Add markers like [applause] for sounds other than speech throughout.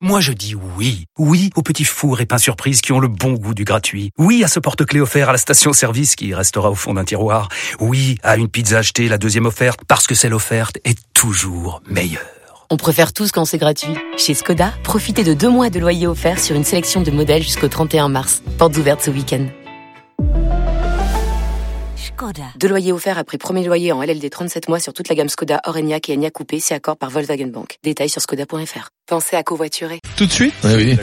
Moi je dis oui, oui aux petits fours et pains surprises qui ont le bon goût du gratuit, oui à ce porte-clés offert à la station-service qui restera au fond d'un tiroir, oui à une pizza achetée, la deuxième offerte, parce que celle offerte est toujours meilleure. On préfère tous quand c'est gratuit. Chez Skoda, profitez de deux mois de loyer offert sur une sélection de modèles jusqu'au 31 mars. Portes ouvertes ce week-end. Deux loyers offerts après premier loyer en LLD 37 mois sur toute la gamme Skoda, Orenia et Enya Coupé, si accord par Volkswagen Bank. Détails sur skoda.fr. Pensez à covoiturer. Tout de suite, Ah oui.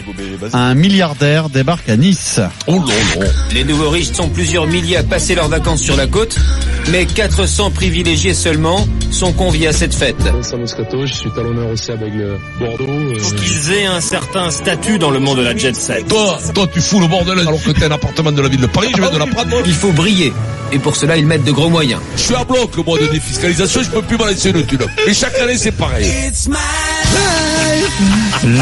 un milliardaire débarque à Nice. Les nouveaux riches sont plusieurs milliers à passer leurs vacances sur la côte, mais 400 privilégiés seulement sont conviés à cette fête. Vincent Moscato, je suis talonneur aussi avec le Bordeaux. euh, Qu'ils aient un certain statut dans le monde de la jet set. Toi, toi, tu fous le bordel alors que t'es un appartement de la ville de Paris, je viens de la prendre. Il faut briller, et pour cela ils mettent de gros moyens. Je suis à bloc, moi, de défiscalisation, je peux plus balancer une thune. Et chaque année, c'est pareil.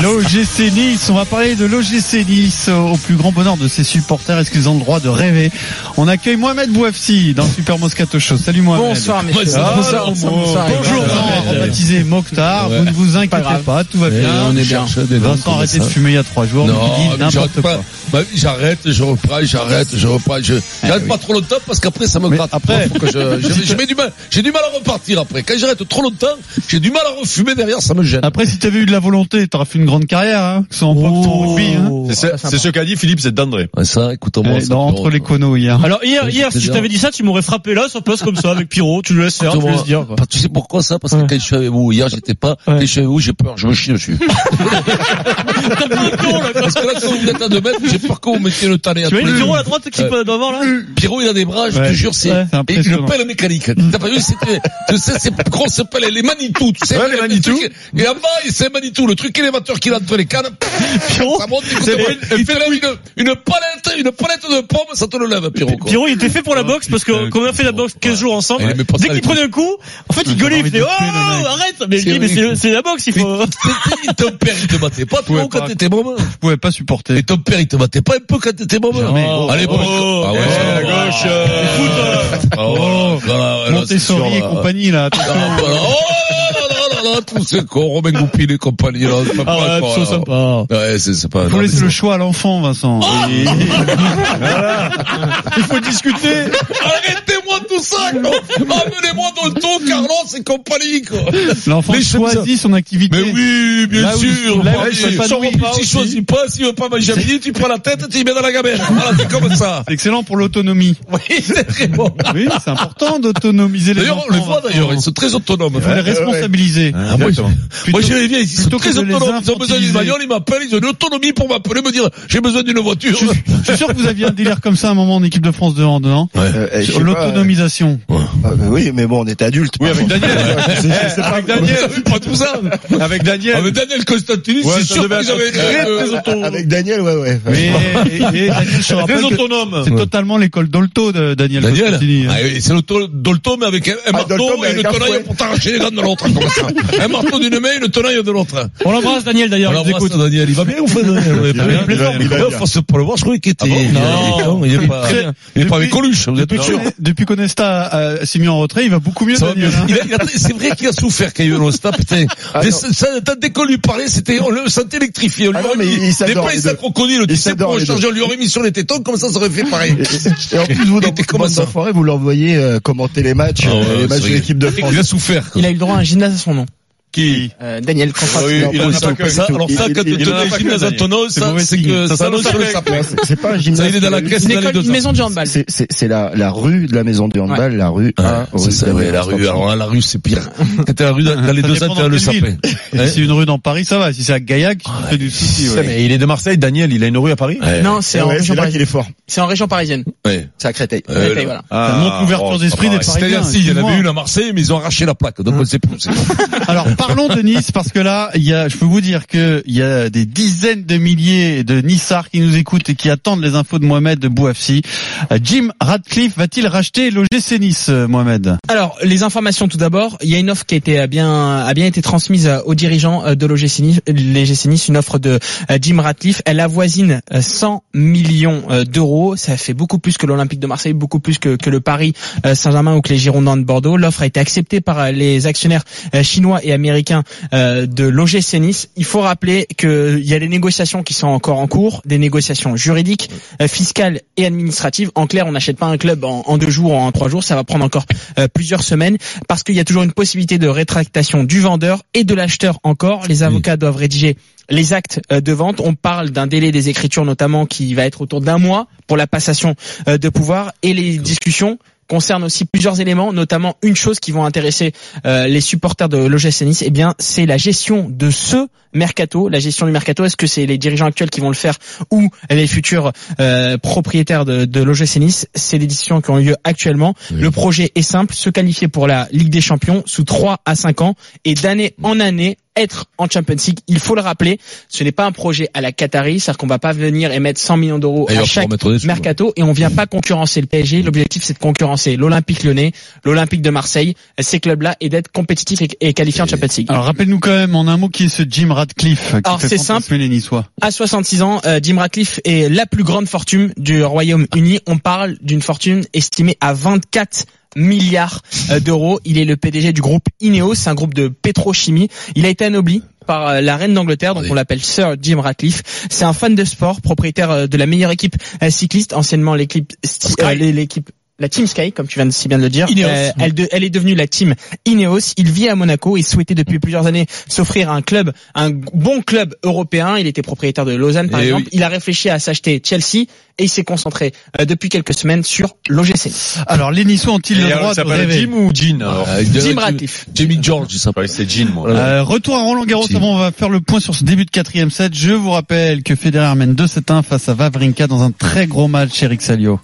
L'OGC Nice, on va parler de l'OGC Nice au plus grand bonheur de ses supporters. Est-ce qu'ils ont le droit de rêver On accueille Mohamed Bouafsi dans le Super Moscato Show. Salut Mohamed. Ah, Bonsoir messieurs. Bonsoir, Bonsoir, bonsoir, bonsoir. Bonjour, Jean, baptisé Mokhtar. Vous ne vous inquiétez pas, grave. tout va Mais bien. Eh, on est bien. Vincent a arrêté de fumer il y a trois jours. Non, mais il dit mais j'arrête n'importe pas. quoi. Bah, j'arrête, je reprends, j'arrête, je reprends. Je j'arrête pas trop longtemps parce qu'après ça me Eh Mais gratte. après- Faut que [laughs] je, je- je mets du mal. J'ai du mal à repartir après. Quand j'arrête trop longtemps, j'ai du mal à refumer derrière, ça me gêne. Après, si t'avais eu de la volonté, t'aurais fait une grande carrière, hein, que ce soit en boxe ou en rugby, hein. C'est ce qu'a dit Philippe Zedandré. Ouais, ça, écoute Eh, dans- entre les hein. conos hier. Alors hier, Ouais, Euh, hier c'était si je bien. t'avais dit ça, tu m'aurais frappé là sur place comme ça avec Pierrot, tu le laisses faire, tu le laisses dire. quoi. Tu sais pourquoi ça Parce que Ouais. quand je suis avec vous, hier j'étais pas, quand je suis avec vous, j'ai peur, je me chie [laughs] dessus. Parce que là, quand vous êtes à deux mètres, j'ai peur que vous mettiez le talent à Tu vois tous le les bureau deux. à droite qui Ouais. peut d'avant là Pierrot, il a des bras, je Ouais. te jure, c'est, Ouais, c'est et une impressionnant. pelle mécanique. T'as pas vu, c'était, tu sais, ces grosses pelles, les Manitou, tu sais. Ouais, les Manitou. le truc- Et en bas, et c'est Manitou, le truc élévateur qu'il a entre les cannes. Pierrot, Ça monte, écoute, Oh, c'est moi, vrai, il te lève une, une palette, une palette de pommes, ça te le lève, Pierrot, quoi. Pierrot, il était fait pour la boxe parce que putain, comme on a fait la boxe 15 jours Il ensemble, aimait pas ça, dès les qu'il prenait un coup, en fait il gueulait, il envie de faisait le oh tuer, le mec. arrête, mais je dis mais vrai, c'est- c'est la boxe, il faut. hein. Il- Ton père, il te battait pas Ouais, trop quand pas- t'étais maman. Je pouvais pas supporter. Et ton père, il te battait pas un peu quand t'étais maman. Jamais. Allez, bon. oh, Ah ouais, oh, ça va. la gauche, euh, hein. Oh, voilà, voilà, Montessori c'est et sûr, là. compagnie, là. Ah, attention. voilà. Oh, là, là, là, là, là, tous ces cons, Romain Goupil et compagnie, là. c'est pas mal, Ah ouais, quoi, c'est oh, là. sympa. Ouais, c'est c'est pas. Il faut non, mais laisser c'est- le choix à l'enfant, Vincent. Oh Et- Il faut discuter. Arrêtez-moi tout ça, quoi. Amenez-moi dans le ton, Carlos et compagnie, quoi. L'enfant Mais je sais pas. choisit son activité. Mais oui, bien Là où- sûr. là où bah, il s'épanouit sors- pas si tu aussi. choisis pas, s'il veut pas manger à midi, tu prends la tête et tu y mets dans la gamelle. Voilà, c'est comme ça. C'est excellent pour l'autonomie. Oui, c'est très bon. Oui, c'est important d'autonomiser les D'ailleurs, enfants. on les voit d'ailleurs, ils sont très autonomes. Il faut les responsabiliser. Ah, moi, Plutôt- je- moi, je les viens, ils sont plutôt que très de les autonomes. Ils ont besoin d'une infantiliser. bagnole, ils m'appellent, ils ont une autonomie pour m'appeler, me dire, j'ai besoin d'une voiture. Je, suis- je suis sûr que vous aviez un délire comme ça à un moment en équipe de France de hand, non Euh, eh, je Sur sais pas, l'autonomisation. euh, ah, bah oui, mais bon, on est adulte. par contre. Avec Daniel, pas tout ça. Avec Ah, Daniel. Avec Daniel Constantini, Ouais, c'est ça sûr devait qu'ils avaient être euh, Avec Daniel, ouais, ouais. [laughs] Mais et- et Daniel, je te rappelle Très que autonome. c'est totalement l'école d'Olto de Daniel, Euh, Daniel Costantini. ah, oui, C'est le tol- Dolto, mais avec un, un Dolto, marteau mais et une hein. Ah, avec un tenaille fouet. pour t'arracher les dents de l'autre. comme [laughs] ça. un marteau d'une main et une tenaille de l'autre. On l'embrasse Daniel On d'ailleurs. il nous l'embrasse, écoute. Daniel. Il va bien ou pas, Daniel Il va bien. Il va- il va bien. Force pour le voir, je croyais qu'il était. il est- Non. il est pas, Très- il est pas avec depuis- Coluche, vous êtes Depuis, pas sûr. que- depuis qu'Onesta euh, s'est mis en retrait, il va beaucoup mieux, Ça va Daniel. mieux. hein. Il a- il a- C'est vrai qu'il a souffert quand il y a eu le stop, putain. Dès- ça- ça- dès qu'on lui parlait, c'était, on le sentait électrifié. On lui Ah non, aurait mais mis il des s'adore, les pinces à deux. crocodile, tu Ils sais, s'adorent, pour les deux. échanger, on lui aurait mis sur les tétons, comme ça, ça aurait fait pareil. Et, et en plus, vous, Il était dans votre comment commande ça d'enfoirés, vous l'envoyez euh, commenter les matchs, Ah ouais, euh, c'est les matchs de vrai. l'équipe de France. Il a souffert, quoi. Il a eu le droit à un gymnase à son nom. Qui Euh, Daniel Constantini. Oui, il il en en a pas pas que- Ça, alors ça, Il- quand il- tu il en a donnes pas que gymnase à Daniel. tonneau, C'est ça, mauvais c'est signe. que Ça, ça ça annonce nous sur le fait. sapin. C'est- C'est pas un Ça, gymnase. il est dans la caisse, Une il a les école, deux une ans. maison de handball. C'est- C'est c'est la, la rue de la maison du handball, la rue Ah, A. c'est ça, ouais, la rue. Alors là, la rue, c'est pire. Quand t'es à la rue, dans dans les Ça deux dépend ans, t'es dans à le quelle sapin. ville. Ouais. Si une rue dans Paris, ça va. Si c'est à Gaillac, c'est du souci. ouais. mais Il est de Marseille, Daniel, il a une rue à Paris Ouais. Non, c'est en Ouais, région c'est là qu'il parisienne. est fort. C'est en région parisienne. Ouais. C'est à Créteil. Euh, Ouais, voilà. Ça montre l'ouverture oh, d'esprit des Parisiens. C'est-à-dire, si, il y en excuse-moi. avait une à Marseille, mais ils ont arraché la plaque. Donc, on sait plus. où c'est. Alors parlons de Nice parce que là, il y a, je peux vous dire que il y a des dizaines de milliers de Nissards qui nous écoutent et qui attendent les infos de Mohamed de Bouafsi. Euh, Jim Radcliffe va-t-il racheter l'OGC Nice, euh, Mohamed Alors, les informations tout d'abord. Il y a une offre qui a été euh, bien, a bien été transmise euh, aux dirigeants euh, de l'OGC Nice, euh, l'OGC Nice, une offre de euh, Jim Ratliff. Elle avoisine euh, 100 millions euh, d'euros. Ça fait beaucoup plus que l'Olympique de Marseille, beaucoup plus que, que le Paris euh, Saint-Germain ou que les Girondins de Bordeaux. L'offre a été acceptée par euh, les actionnaires euh, chinois et américains américain euh, de l'OGC Nice. Il faut rappeler qu'il y a des négociations qui sont encore en cours, des négociations juridiques, euh, fiscales et administratives. En clair, on n'achète pas un club en, en deux jours ou en trois jours, ça va prendre encore euh, plusieurs semaines parce qu'il y a toujours une possibilité de rétractation du vendeur et de l'acheteur encore. Les avocats doivent rédiger les actes euh, de vente. On parle d'un délai des écritures notamment qui va être autour d'un mois pour la passation euh, de pouvoir et les discussions concernent aussi plusieurs éléments, notamment une chose qui vont intéresser euh, les supporters de l'OGC Nice, eh bien c'est la gestion de ce mercato, la gestion du mercato. Est-ce que c'est les dirigeants actuels qui vont le faire ou les futurs euh, propriétaires de, de l'OGC Nice C'est les décisions qui ont lieu actuellement. Le projet est simple se qualifier pour la Ligue des Champions sous 3 à 5 ans et d'année en année être en Champions League, il faut le rappeler, ce n'est pas un projet à la Qatari, c'est-à-dire qu'on va pas venir et mettre 100 millions d'euros D'ailleurs, à faut chaque remettre des sous, mercato et on vient pas concurrencer le PSG. L'objectif, c'est de concurrencer l'Olympique Lyonnais, l'Olympique de Marseille, ces clubs-là, et d'être compétitifs et, et qualifiés en Champions League. Alors rappelle-nous quand même en un mot qui est ce Jim Radcliffe qui Alors, fait c'est fantasmer les Niçois. À 66 ans, euh, Jim Ratcliffe est la plus grande fortune du Royaume-Uni. On parle d'une fortune estimée à 24 milliards euh, d'euros. Il est le PDG du groupe Ineos, c'est un groupe de pétrochimie. Il a été anobli par euh, la reine d'Angleterre, donc on l'appelle Sir Jim Ratcliffe. C'est un fan de sport, propriétaire euh, de la meilleure équipe euh, cycliste, anciennement l'équipe sti- Sky. euh, l'équipe la Team Sky, comme tu viens de si bien de le dire, Euh, Ineos. elle, de- elle est devenue la Team Ineos. Il vit à Monaco et souhaitait depuis plusieurs années s'offrir un club, un g- bon club européen. Il était propriétaire de Lausanne, par Eh exemple. oui. Il a réfléchi à s'acheter Chelsea et il s'est concentré euh, depuis quelques semaines sur l'OGC. Alors les Niçois ont-ils Et le alors, droit il de s'appelle rêver Jim ou Jean alors Euh, Jim Jim- Ratcliffe. Jimmy George, il s'appelle. Ouais, C'est Jean, moi. Euh, retour à Roland Garros, Si. avant on va faire le point sur ce début de quatrième set. Je vous rappelle que Federer mène 2-7-1 face à Vavrinka dans un très gros match, Eric Salio.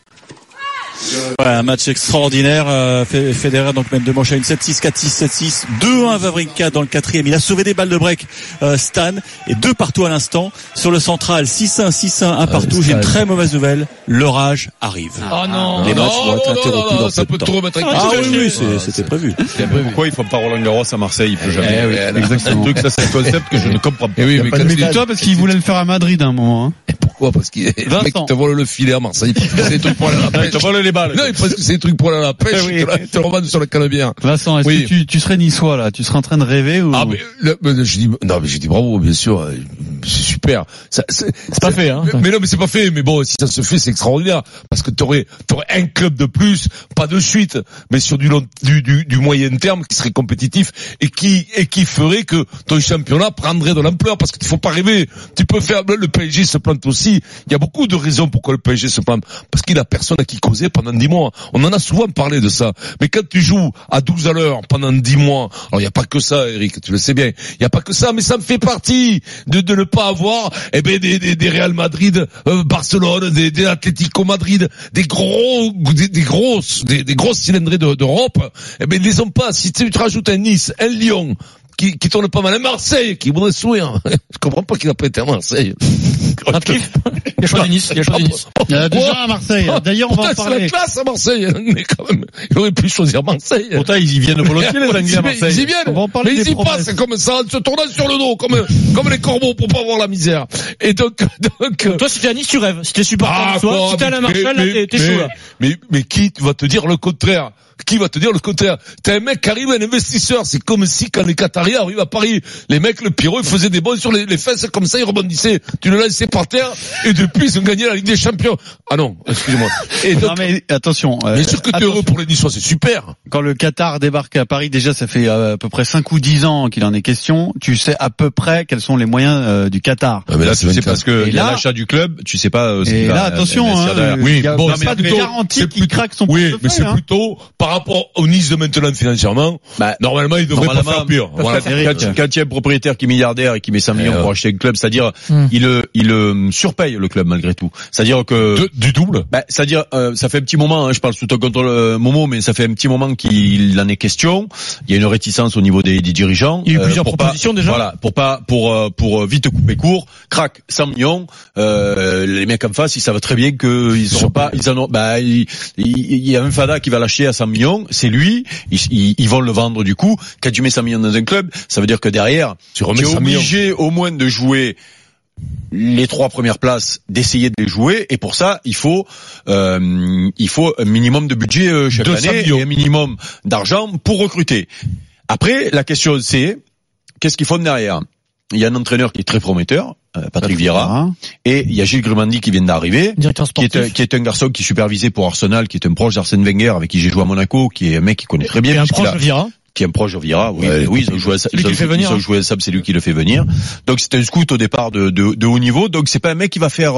Ouais, un match extraordinaire. euh, Fe- Federer donc même de manche à une 7-6, 4-6, 7-6, 2-1 Vavrinka dans le quatrième. Il a sauvé des balles de break euh, Stan et deux partout à l'instant sur le central 6-1, 6-1, un partout. J'ai une très mauvaise nouvelle. L'orage arrive. Oh non. Les matchs vont être non, non, interrompus non, dans ça peu de peut temps. tout remettre Ah en oui, question. oui, c'est- c'était prévu. C'est pas vu. Pourquoi il faut pas Roland Garros à Marseille Il peut jamais. Eh oui, alors. Exactement. C'est un truc, ça, c'est un concept que je ne comprends pas. Eh oui, mais pas de qu'est-ce méthode. que- Toi, parce qu'il voulait le faire à Madrid à un moment. Hein. eh, Pourquoi Parce que le mec Vincent. te vole le filet à [laughs] Marseille. C'est des trucs pour aller à la Ah, il pêche. te vole les balles. Eh Non, mais parce que c'est des trucs pour aller à [laughs] la pêche. Oui. Ils te la- Ils te le revendent sur la canebière. Vincent, est-ce Oui. que tu, tu serais niçois là Tu serais en train de rêver ou Ah mais, le, mais je dis non mais j'ai dit bravo bien sûr euh, c'est super Ça, c'est c'est pas fait, hein. mais, mais non mais c'est pas fait mais bon si ça se fait c'est extraordinaire parce que t'aurais t'aurais un club de plus pas de suite mais sur du long du, du, du moyen terme qui serait compétitif et qui et qui ferait que ton championnat prendrait de l'ampleur parce qu'il faut pas rêver tu peux faire le PSG se plante aussi il y a beaucoup de raisons pourquoi le PSG se plante parce qu'il a personne à qui causer pendant 10 mois on en a souvent parlé de ça mais quand tu joues à 12 à l'heure pendant 10 mois alors il n'y a pas que ça Eric tu le sais bien il n'y a pas que ça mais ça me fait partie de, de ne pas avoir eh ben des, des, des Real Madrid euh, Barcelone des, des Atlético Madrid des gros des, des grosses des, des grosses cylindrées de- d'Europe eh ben ils les ont pas si tu te rajoutes un Nice un Lyon qui, qui tourne pas mal un Marseille qui voudrait sourire [laughs] je comprends pas qu'il a pas été [laughs] à Marseille Il a choisi Nice. Il a choisi Nice. Il y en a déjà à Marseille. hein. [laughs] D'ailleurs, on va en Putain, Ah, c'est la parler. classe à Marseille. [laughs] Mais quand même, il aurait pu choisir Marseille. Pourtant, ils y viennent volontiers, les Anglais [laughs] à Mais Ils y Marseille. viennent. On va en parler des mais ils y promesses. passent comme ça, en se tournant sur le dos, comme, comme les corbeaux pour pas avoir la misère. Et donc, donc, euh, Toi, si t'es à Nice, tu rêves. Si t'es supporter de quoi, soi, si t'es à la Ah, mais- Marseille, là, mais- t'es- t'es mais- chaud, là. Mais, mais qui va te dire le contraire qui va te dire le contraire T'as un mec qui arrive, un investisseur. C'est comme si quand les Qataris arrivent à Paris, les mecs, le Pierrot, ils faisaient des bonnes sur les, les fesses comme ça, ils rebondissaient. Tu le lançais par terre et depuis, ils ont gagné la Ligue des Champions. Ah non, excusez-moi. Et Non donc, mais attention. euh, bien sûr que t'es attention. heureux pour les Niçois, c'est super. Quand le Qatar débarque à Paris, déjà ça fait euh, à peu près 5 ou 10 ans qu'il en est question. Tu sais à peu près quels sont les moyens euh, du Qatar. Ah, Mais là, tu sais parce que Et il y a là- l'achat du club, tu sais pas. euh, ce Et qu'il va, bah, là, euh, attention, investir hein, derrière. euh, il y a bon, pas mais de après- plutôt- garantie c'est qu'il plutôt- craque son Oui, mais portefeuille, c'est hein. plutôt par rapport au Nice de maintenant financièrement. Bah, normalement, il devrait pas normalement, faire pire. Voilà, Voilà. quand, quand- quand il y a un propriétaire qui est milliardaire et qui met 100 millions Euh. ouais. pour acheter le club, c'est-à-dire il euh, il euh, surpaye le club malgré tout. C'est-à-dire que De- du double. bah, c'est-à-dire euh, ça fait un petit moment, hein, je parle sous ton contrôle euh, Momo, mais ça fait un petit moment qu'il en est question. Il y a une réticence au niveau des, des dirigeants. euh, Il y a eu plusieurs pour propositions, pas, déjà. Voilà, pour pas pour euh, pour euh, vite couper court, crac 100 millions. euh, les mecs en face, ils savent très bien que ils auront pas, ils en ont. Bah, il il- il y a un Fada qui va lâcher à 100 millions, c'est lui. Ils, ils, ils vont le vendre du coup. Quand tu mets 100 millions dans un club, ça veut dire que derrière, Tu tu remets es 100 millions. obligé au moins de jouer les trois premières places, d'essayer de les jouer, et pour ça, il faut euh, il faut un minimum de budget euh, chaque 200 année millions. et un minimum d'argent pour recruter. Après, la question c'est qu'est-ce qu'ils font derrière Il y a un entraîneur qui est très prometteur, euh, Patrick Vieira, et il y a Gilles Grumandi qui vient d'arriver, qui est, un- qui est un garçon qui est supervisé pour Arsenal, qui est un proche d'Arsène Wenger, avec qui j'ai joué à Monaco, qui est un mec qui connaît très bien. Et un puisqu'il proche a- de Vira. qui est un proche de Vira, oui, Ouais, oui, ils ont joué à ça, lui ils qui ont, le fait joué- venir, ils ont hein. joué à Sable, c'est lui qui le fait venir. Donc c'est un scout au départ de, de, de haut niveau, donc c'est pas un mec qui va faire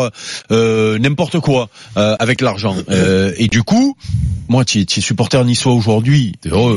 euh, n'importe quoi euh, avec [laughs] l'argent. Euh, et du coup, moi, tu es tu es supporter niçois aujourd'hui,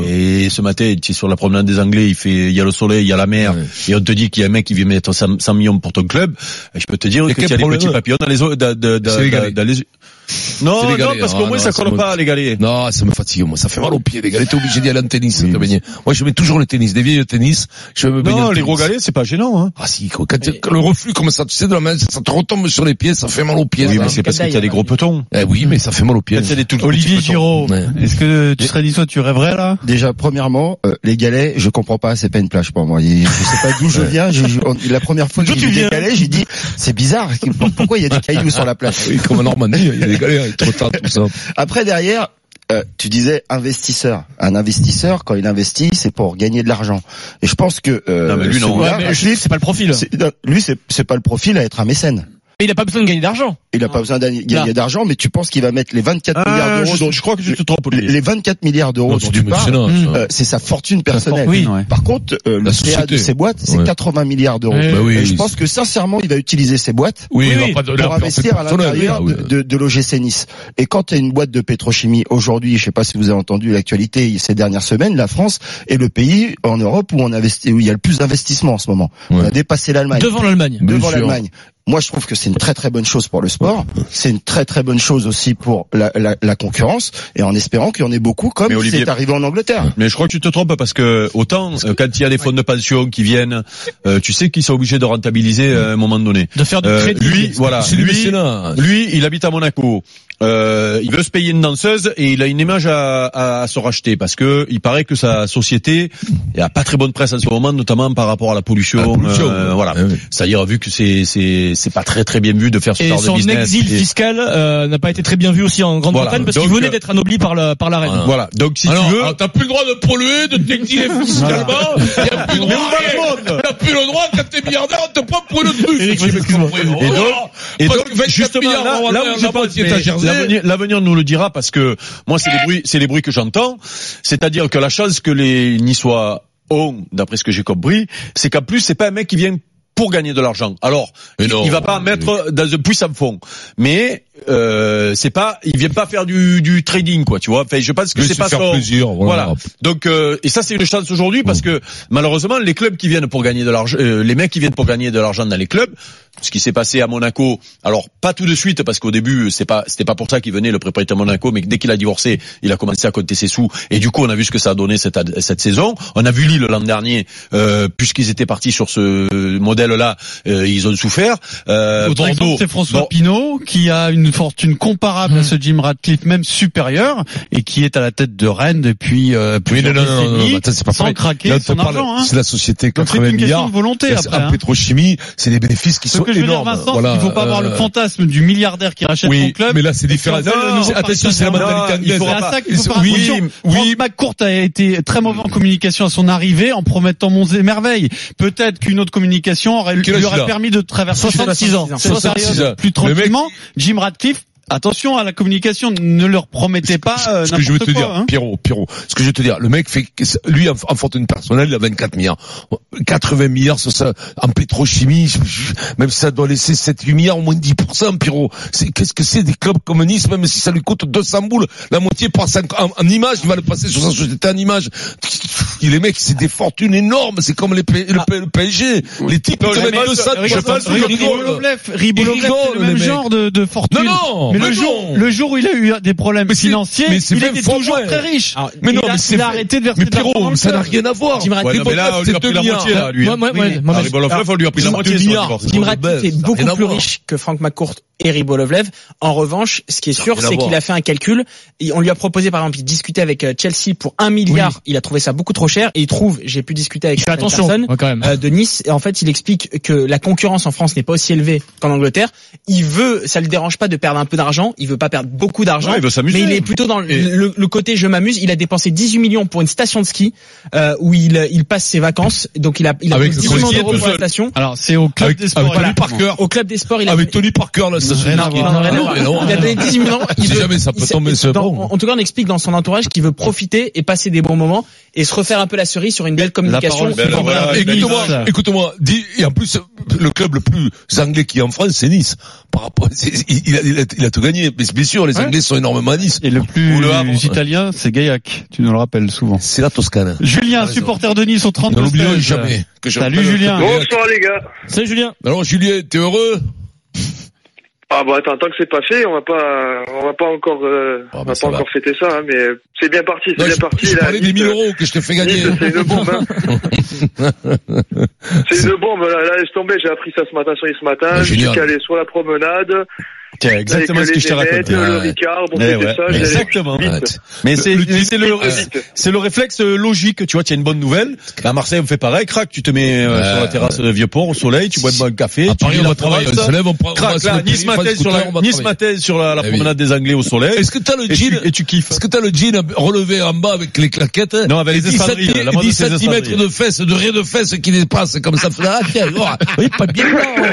et ce matin, tu es sur la promenade des Anglais, il fait, il y a le soleil, il y a la mer, et on te dit qu'il y a un mec qui vient mettre 100 100 millions pour ton club, et je peux te dire Mais que quel tu as les problème, petits ouais. papillons dans les... o- da- da- da- C'est les galets. dans les- Non, C'est les hein. non, galets. parce Ah, qu'au moins non, ça ça colle me- pas, les galets. Non, ça me fatigue, moi. Ça fait mal aux pieds, les galets. T'es obligé d'y aller en tennis, te baigner. Moi, je mets toujours le tennis, des vieilles de tennis. Je me baigner Non, en les tennis. gros galets, c'est pas gênant, hein. Ah si, quand, quand- quand le reflux comme ça, tu sais, de la main, ça, ça te retombe sur les pieds, ça fait mal aux pieds. Oui, ça. Ah, mais c'est parce que t'as des gros petons. Eh oui, mais ça fait mal aux pieds. Quand t'as des tout Olivier petits Giraud, petons. Ouais. est-ce que tu serais niçois, tu rêverais là Déjà, premièrement, euh, les galets, je comprends pas, c'est pas une plage pour moi. Il- Je sais pas d'où je viens. je- je- on- la première fois que j'ai vu des galets, j'ai dit, c'est bizarre. [laughs] Pourquoi il y a des cailloux sur la plage Oui, comme en Normandie, il y a des galets, ils te retardent tout ça. Après, derrière, euh, tu disais investisseur. Un investisseur, quand il investit, c'est pour gagner de l'argent. Et je pense que euh, Non, mais lui, non. hein. celui-là, Ouais, mais Ratcliffe, C'est pas le profil. c'est- non, lui, c'est c'est pas le profil à être un mécène. Mais il a pas besoin de gagner d'argent. Il a pas besoin de Non. gagner d'argent, mais tu penses qu'il va mettre les 24 milliards Ah, d'euros je, [laughs] dont- je crois que tu te trompes, les, Olivier. Mmh. les 24 milliards d'euros Non, dont c'est tu du parles, mécénat, ça. euh, c'est sa fortune personnelle. fortune, ouais. Par contre, euh, le La CA de société. ces boîtes, c'est Ouais. 80 milliards d'euros. Bah oui, Et je oui. pense que sincèrement, il va utiliser ces boîtes Oui, il Eh. oui, va pas de pour investir à l'intérieur de, de de, de l'OGC Nice. Et quand tu as une boîte de pétrochimie aujourd'hui, je sais pas si vous avez entendu l'actualité ces dernières semaines, la France est le pays en Europe où on investit, où il y a le plus d'investissements en ce moment. On Ouais. a dépassé l'Allemagne Devant l'Allemagne. Bien devant sûr. l'Allemagne. Moi, je trouve que c'est une très très bonne chose pour le sport. C'est une très très bonne chose aussi pour la, la, la concurrence et en espérant qu'il y en ait beaucoup comme Mais Olivier- c'est arrivé en Angleterre. Mais je crois que tu te trompes parce que autant euh, quand il y a des fonds de pension qui viennent, euh, tu sais qu'ils sont obligés de rentabiliser euh, à un moment donné. De faire du Euh, crédit. lui, voilà, C'est du lui, mécénat. lui, il habite à Monaco. Euh, il veut se payer une danseuse et il a une image à, à, à se racheter parce que il paraît que sa société il a pas très bonne presse en ce moment, notamment par rapport à la pollution. La pollution, euh, ouais. Eh voilà, Ouais, ouais. c'est-à-dire vu que c'est c'est c'est pas très très bien vu de faire ce Et genre de son business. exil et- fiscal euh, n'a pas été très bien vu aussi en Grande-Bretagne Voilà. parce qu'il Donc, venait euh, d'être anobli par la par la reine. Voilà. Voilà, donc si alors, tu veux, alors, t'as plus le droit de polluer, de t'exiler fiscalement. Y a plus le droit. eh, T'as plus le droit quand t'es milliardaire, on te prend pour le truc. Et donc- et Et donc, donc, oh, parce que 24 justement, milliards, là, on va là faire où la j'ai pas moitié à Jersey. l'avenir- l'avenir nous le dira parce que moi, c'est les bruits, c'est les bruits que j'entends. C'est-à-dire que la chose que les Niçois ont, d'après ce que j'ai compris, c'est qu'en plus, c'est pas un mec qui vient pour gagner de l'argent. Alors, Mais il- non. il va pas mettre dans un puissant fond, mais euh, c'est pas, il vient pas faire du, du trading, quoi, tu vois. Enfin, je pense que Mais c'est se pas faire son- plaisir, voilà. voilà. Donc, euh, et ça, c'est une chance aujourd'hui Mm. parce que malheureusement, les clubs qui viennent pour gagner de l'argent, euh, les mecs qui viennent pour gagner de l'argent dans les clubs, ce qui s'est passé à Monaco, alors pas tout de suite parce qu'au début, c'est pas, c'était pas pour ça qu'il venait le propriétaire Monaco, mais dès qu'il a divorcé, il a commencé à compter ses sous et du coup, on a vu ce que ça a donné cette ad- cette saison. On a vu Lille l'an dernier, euh, puisqu'ils étaient partis sur ce modèle-là, euh, ils ont souffert. Euh, Autre exemple, Bordeaux, c'est François Bon, Pinault qui a une fortune comparable à Hum. ce Jim Ratcliffe, même supérieure, et qui est à la tête de Rennes depuis euh, Oui, plusieurs non, non, non, non, décennies, non, attends, c'est pas sans pareil. craquer Là, on te son parle- argent. Hein. C'est la société Donc c'est une 80 question milliards. de volonté La- après. la hein. pétrochimie, c'est des bénéfices qui Ce sont que je veux dire, énormes. Vincent, Voilà, il faut pas avoir le euh, fantasme du milliardaire qui rachète son Oui, club. mais là c'est différent. Ah, Parce qu'on fait le nouveau attention, c'est la partenariat. mentalité Non, il anglaise. C'est Ah, faudra à pas- ça qu'il faut faire Oui, attention. oui, Franck McCourt a été très mauvais en communication à son arriée en promettant monts et merveilles. Peut-être qu'une autre communication aurait, lui Quel âge il aurait a permis de traverser 66 ans. cette 66 période ans. plus Le mec- tranquillement. Jim Ratcliffe, attention à la communication, ne leur promettez pas euh, ce que je veux n'importe te quoi. dire, hein. Pierrot, Pierrot, ce que je veux te dire, le mec fait, lui, en, en fortune personnelle, il a 24 milliards. 80 milliards, ça, ça, en pétrochimie, je- je- même si ça doit laisser 7, 8 milliards, au moins 10%, Pierrot. C'est, qu'est-ce que c'est des clubs communistes, même si ça lui coûte 200 boules, la moitié passe en, en, en image, il va le passer sur sa société en image. Et les mecs, c'est des fortunes énormes, c'est comme les P- le, P- le PSG. Les types, ils te je mettent pense- 200, je pense que le goal. Ribolovlev, Ribolovlev, rigole, c'est le les même mecs. genre de, de fortune. Non, non, mais, mais le jour, non. le jour où il a eu des problèmes Mais c'est- financiers, mais c'est il même était fort, toujours ouais. très riche. Alors, mais il, non, a, mais c'est il a vrai. arrêté de verser Mais de l'argent dans Pierrot, le ça n'a club. rien à voir. Jim Ratcliffe, Ouais, non, mais là, on lui a pris la moitié, là, lui. Moi, moi, moi, moi, Ah, Ribolovlev, on lui a pris la Jim moitié. sur le Milliard. divorce. Jim Jim Ratcliffe Ratcliffe bah, ça est n'a beaucoup rien à plus voir. riche que Franck McCourt et Ribolovlev. En revanche, ce qui est sûr, rien à c'est qu'il voir. a fait un calcul. Et on lui a proposé, par exemple, il discutait avec euh, Chelsea pour un milliard. Il a trouvé ça beaucoup trop cher. Et il trouve, j'ai pu discuter avec Il fait certaines attention personnes, hein, quand même. euh, de Nice. Et en fait, il explique que la concurrence en France n'est pas aussi élevée qu'en Angleterre. Il veut, ça le dérange pas de perdre un peu d'argent, il veut pas perdre beaucoup d'argent, Ouais, il veut s'amuser. mais il est plutôt dans le, Et- le- le côté je m'amuse. Il a dépensé 18 millions pour une station de ski euh, où il, il passe ses vacances, donc il a, il a Avec pris son 10 millions ski d'euros tout pour la seul. Ah, station. Alors c'est au club Ah Avec- des sports. avec Tony exactement. Parker. Au club des sports, il a Avec Tony Parker, là, ça Rien à voir. non, rien à non, voir. Ah, mais non. Il a donné 18 millions. Je il sais veut- jamais, ça peut il sait- tomber sur dans- bon. en, en tout cas, on explique dans son entourage qu'il veut profiter et passer des bons moments et se refaire un peu la cerise sur une belle communication. Ben, Bon, voilà, voilà. il a Écoute-moi, dit ça. écoute-moi, dis, et en plus, le club le plus anglais qui est en France, c'est Nice. Par rapport, c'est- il, il a, il, a, il a tout gagné. Mais bien sûr, les Ouais. Anglais sont énormément à Nice. Et le plus Ou le Havre. italien, c'est Gaillac. Tu nous le rappelles souvent. C'est la Toscane. Julien, raison. supporter de Nice au 32 Ne l'oublions seize. jamais. Que je Salut rappelle- Julien. Bonsoir les gars. Salut Julien. Alors Julien, t'es heureux Ah bah attends, tant que c'est pas fait, on va pas, on va pas encore, euh, on bah, va ça pas va. encore fêter ça, hein, mais euh, c'est bien parti, c'est Non, bien je, parti. je là, parlais des Nice, 1000 euros que je te fais Nice, gagner. c'est une bombe, hein. c'est une bombe. Là, là, laisse tomber. J'ai appris ça ce matin sur les ce matin. Ah, je suis génial. calé sur la promenade. Tiens, exactement avec ce que les je te raconte. Zénètes, Le Ouais. Ricard, bon, Eh c'était ouais, ça. j'allais exactement. vite. Arrête. Mais c'est le- mais c'est le, Très vite. c'est le réflexe euh, logique, tu vois, tu as une bonne nouvelle. À Marseille, on fait pareil, crac, tu te mets euh, Ouais, sur la terrasse de Vieux-Port au soleil, tu bois un bon café, À tu Paris, lis on la va travailler. On province. se lève, on prend on va Crac, sur le là, Nice pli, on prend Mathèse le sur la, scooter, on va Nice travailler. Mathèse sur la, la Eh oui. promenade des Anglais au soleil. Est-ce que t'as le Et tu, jean et tu kiffes. Est-ce que t'as le jean relevé en bas avec les claquettes Non, avec les 17 espadrilles, la mode, c'est les 10 cm espadrilles. de fesses, de rien de fesses qui dépassent comme ça. Ah, tiens, oh, oui, pas bien.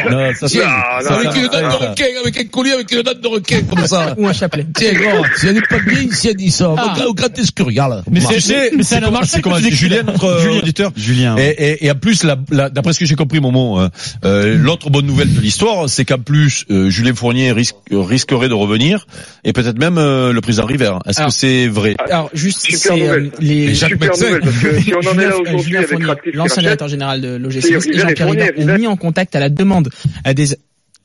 non. Non, ça, Tiens, Ah, ça, avec ça, une ça, date de ça. requin, avec un collier, avec une date de requin, comme ça. Ou un chapelet. Tiens, gros, si elle est pas bien, si elle dit ça, on va Ah. au gratter ce que regarde. Mais Tu sais, c'est, mais c'est à la comment- marche c'est comment dit Julien, notre euh, Julien. auditeur. Julien. Et, et, et en plus, la- la- d'après ce que j'ai compris, mon mot, euh, euh, l'autre bonne nouvelle de l'histoire, c'est qu'en plus, euh, Julien Fournier risque, euh, risquerait de revenir, et peut-être même euh, le président River. Est-ce que Alors. c'est vrai Alors juste, Super c'est euh, nouvelle. les. Jacques Super Médecin. nouvelle parce que [laughs] si on en est Julien- là euh, aujourd'hui Julien avec Fournier, Ratcliffe qui l'ancien rachète, directeur général de l'OGC Et et River et Jean-Pierre Fournier, Hébert ont River. mis en contact à la demande à des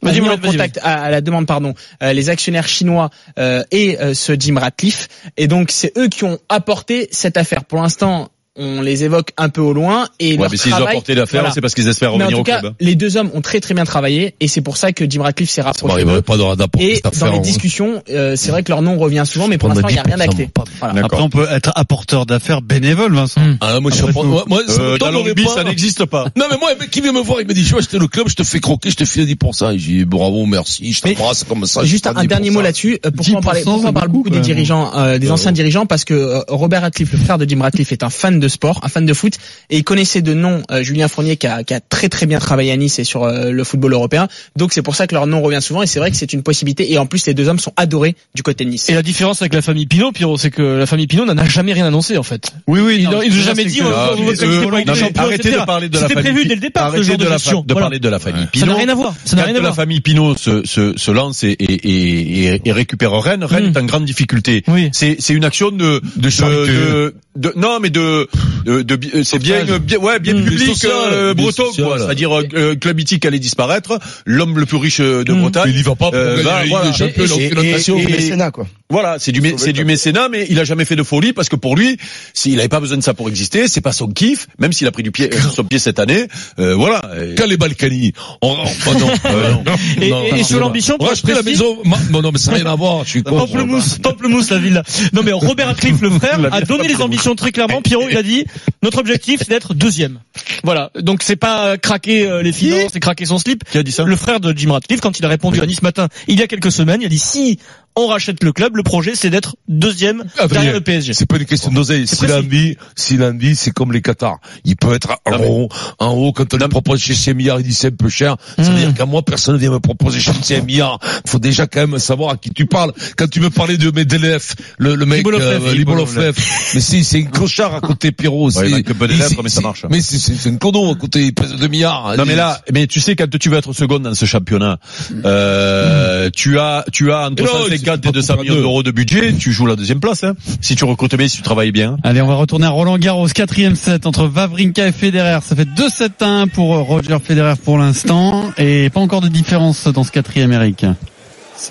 ont Vas-y, mis en Mohamed, vas-y, contact à, à la demande pardon euh, les actionnaires chinois euh, et euh, ce Jim Ratcliffe et donc c'est eux qui ont apporté cette affaire pour l'instant on les évoque un peu au loin et Ouais, leur mais s'ils ont travail- apporté l'affaire, voilà. c'est parce qu'ils espèrent mais en revenir tout au cas club. les deux hommes ont très très bien travaillé et c'est pour ça que Jim Ratcliffe s'est Bon, rapproché il d'eux. m'aurait pas de radar pour et cette affaire, dans les hein. discussions euh, c'est vrai que leur nom revient souvent mais pour l'instant il n'y a rien d'acté Voilà. Après, on peut être apporteur d'affaires bénévole, Vincent. Mm. Ah, moi, je Après suis- tout. moi, moi, ça me Euh, dans le tomberait rugby, pas. ça n'existe pas. Non mais moi, le mec qui vient me voir, il me dit, je vais acheter le club, je te fais croquer, je te file 10%. Et j'ai dit, bravo, merci, je t'embrasse comme ça. je Juste te un, prends un 10%. dernier mot là-dessus. Euh, Pourquoi on, parle, 10%, pourquoi on parle c'est beaucoup beaucoup, des quand même. dirigeants, euh, des anciens dirigeants Parce que euh, Robert Ratcliffe, le frère de Jim Ratcliffe, est un fan de sport, un fan de foot, et il connaissait de nom euh, Julien Fournier, qui a, qui a très très bien travaillé à Nice et sur euh, le football européen. Donc c'est pour ça que leur nom revient souvent, et c'est vrai que c'est une possibilité. Et en plus, les deux hommes sont adorés du côté de Nice. Et la différence avec la famille Pinot, Pierrot, c'est que la famille Pinot n'en a jamais rien annoncé en fait. Oui, oui. Ils n'ont non, ils n'ont mais jamais là, dit c'est on que- va Ah, vous mais êtes eux, champion avec non, les mais champions, arrêtez etc. de parler de la C'était famille prévu Pinot. dès le départ ce Arrêtez genre de, de la fa- gestion. de Voilà. parler de la famille Ça n'a Pinot. rien à voir. Ça n'a Quand rien à la voir. famille Pinot se, se, se lance et, et, et, et- et récupère Rennes, Rennes Mm. est en grande difficulté. Oui. C'est, c'est une action de, de, charité. de- de- non, mais de, de, de- bi- euh, c'est bien, Sauvetage. euh, bien, ouais, bien Mm. public, Bien social, euh, bien breton, social. quoi. C'est-à-dire, euh, euh, club mythique allait disparaître, l'homme le plus riche euh, de Mm. Bretagne. Il y va pas pour Euh, gagner bah, la Ligue voilà. des Champions, il Et- en fait et- notre nation. et- Le mécénat, quoi. Voilà, c'est du mé- Sauver c'est le du peuple. mécénat, mais il a jamais fait de folie parce que pour lui, s'il avait pas besoin de ça pour exister, c'est pas son kiff, même s'il a pris du pied euh, son pied cette année. euh, voilà. Et- Quand les Balkany, on, on- oh non, euh, non, [laughs] Et- non, et- non, et sur non. l'ambition, Ouais, pour je prends la préciser- maison, ma- non, non, mais ça n'a rien à voir, je suis con. Pamplemousse, Pamplemousse la ville. Non mais Robert Ratcliffe, le [laughs] frère, a donné les ambitions très clairement. Pierrot, il a dit notre objectif c'est d'être deuxième. Voilà. Donc c'est pas euh, craquer euh, les finances et craquer son slip. Qui a dit ça Le frère de Jim Ratcliffe, quand il a répondu à Nice Matin il y a quelques semaines, il a dit si on rachète le club, le projet c'est d'être deuxième Adrien, derrière le PSG. C'est pas une question d'oseille. C'est S'il a précis. envie, s'il a envie, c'est comme les Qatars. Il peut être en Non, mais- haut, en haut, quand on lui propose chez 5 milliards, il dit c'est un peu cher. Ça veut Mm. dire qu'à moi, personne ne vient me proposer chez 5 milliards. Faut déjà quand même savoir à qui tu parles. Quand tu me parlais de Medelev, le, le mec, Libolovlev. euh, Libolovlev. Mais si, c'est un clochard à côté, Pierrot. Ouais, il C'est- manque un peu des il- lèvres, c'est- mais ça c'est- marche. Mais c'est- c'est c'est un condom à côté, il pèse 2 milliards. Non mais là, mais tu sais quand tu veux être seconde dans ce championnat, euh, tu as tu as entre Non, 150 c'est pas et 200 pour millions deux. d'euros de budget, tu joues la deuxième place. Hein, si tu recrutes bien, si tu travailles bien. Allez, on va retourner à Roland Garros, quatrième set entre Vavrinka et Federer. Ça fait 2-7-1 pour euh, Roger Federer pour l'instant et pas encore de différence dans ce quatrième, Eric.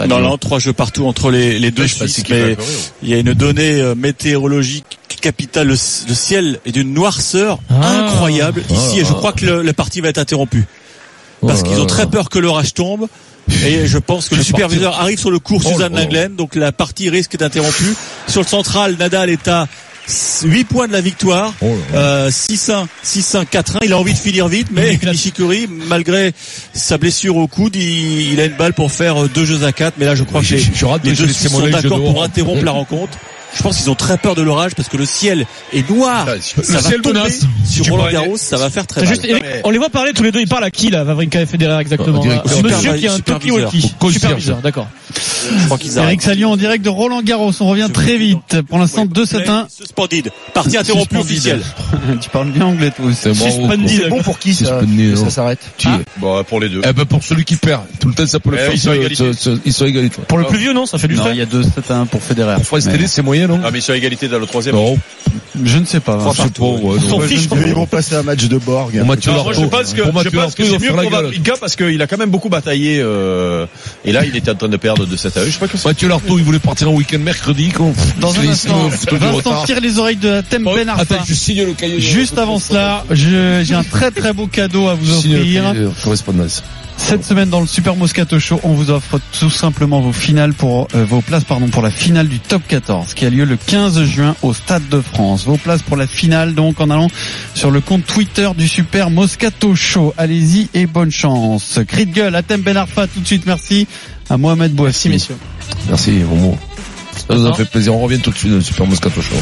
Non, non, trois jeux partout entre les, les deux je sais pas Suisses, si qui va mais courir, ouais. il y a une donnée euh, météorologique capitale. Le, le ciel est d'une noirceur Ah. incroyable ici, Ah. et je crois que le- la partie va être interrompue Oh parce qu'ils ont très peur que l'orage tombe. Et je pense que le superviseur arrive sur le cours Oh, Suzanne le- Lenglen, donc la partie risque d'être interrompue. Sur le central, Nadal est à 8 points de la victoire. Oh Euh, 6-1, 6-1, 4-1. Il a envie de finir vite, mais Nishikori, malgré sa blessure au coude, il, il a une balle pour faire deux jeux à 4. Ah, Mais là, je crois Oui, que les, je- je rate, les mais je deux laisse Suisses mon sont œil, je d'accord dehors. pour interrompre la rencontre. Je pense qu'ils ont très peur de l'orage parce que le ciel est noir. Ah, le ça va ciel tomber menace. Sur Tu Roland parlais- Garros, ça va faire très C'est mal. juste- On les voit parler tous les deux. Ils parlent à qui là, Vavrinka et Federer exactement Au directeur. Un Monsieur Supervi- qui a un Toki superviseur. Walkie. Au concierge. Superviseur, d'accord. Je crois qu'ils Eric arrêtent. Salion en direct de Roland Garros. On revient très vite. Pour l'instant, 2-7-1. Suspended. Partie interrompue officielle. tu parles bien anglais, toi aussi. C'est bon pour qui ça que Ça s'arrête. Bon, euh, pour les deux. Eh ben pour celui qui perd, tout le temps ça peut le Eh, faire. ils sont ce- égalité. ce- ce- ils sont égalité. Pour le plus vieux, non, ça fait du Non, frais. il y a 2-7-1 pour Federer. Pour Mais- Télé, c'est moyen, non Ah, mais sur égalité dans le troisième. Non, Je ne sais pas. je sais pas. ouais, non. Ils vont passer un match de Borg. Pour Mathieu Non, moi, je Lartaud. pense que, Pour je Mathieu pense Lartaud, que ils vont c'est faire mieux la pour gueule. Vavrinka parce qu'il a quand même beaucoup bataillé, euh, et là, il était en train de perdre de 7 à 1. Ah, Je sais pas que Mathieu Lartaud, il voulait partir en week-end mercredi. qu'on- Dans un Il est instant, ici, au- au Vincent retard. tire les oreilles de la thème Oh, Ben Arfa. Attends, je signe le cahier. Juste avant cela, je- j'ai un très très beau cadeau à vous hein. Signe le offrir. cahier de correspondance. Cette semaine dans le Super Moscato Show, on vous offre tout simplement vos finales pour euh, vos places pardon pour la finale du Top 14 qui a lieu le 15 juin au Stade de France. Vos places pour la finale donc en allant sur le compte Twitter du Super Moscato Show. Allez-y et bonne chance. Cri de gueule à Thème Ben Arfa tout de suite. Merci à Mohamed Bouassi. messieurs. Merci, Romo. Ça nous a fait plaisir. On revient tout de suite dans le Super Moscato Show.